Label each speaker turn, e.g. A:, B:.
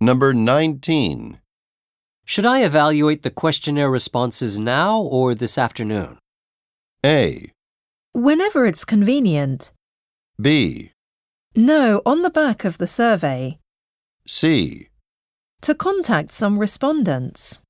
A: Number 19.
B: Should I evaluate the questionnaire responses now or this afternoon?
A: A.
C: Whenever it's convenient.
A: B.
C: No, on the back of the survey.
A: C.
C: To contact some respondents.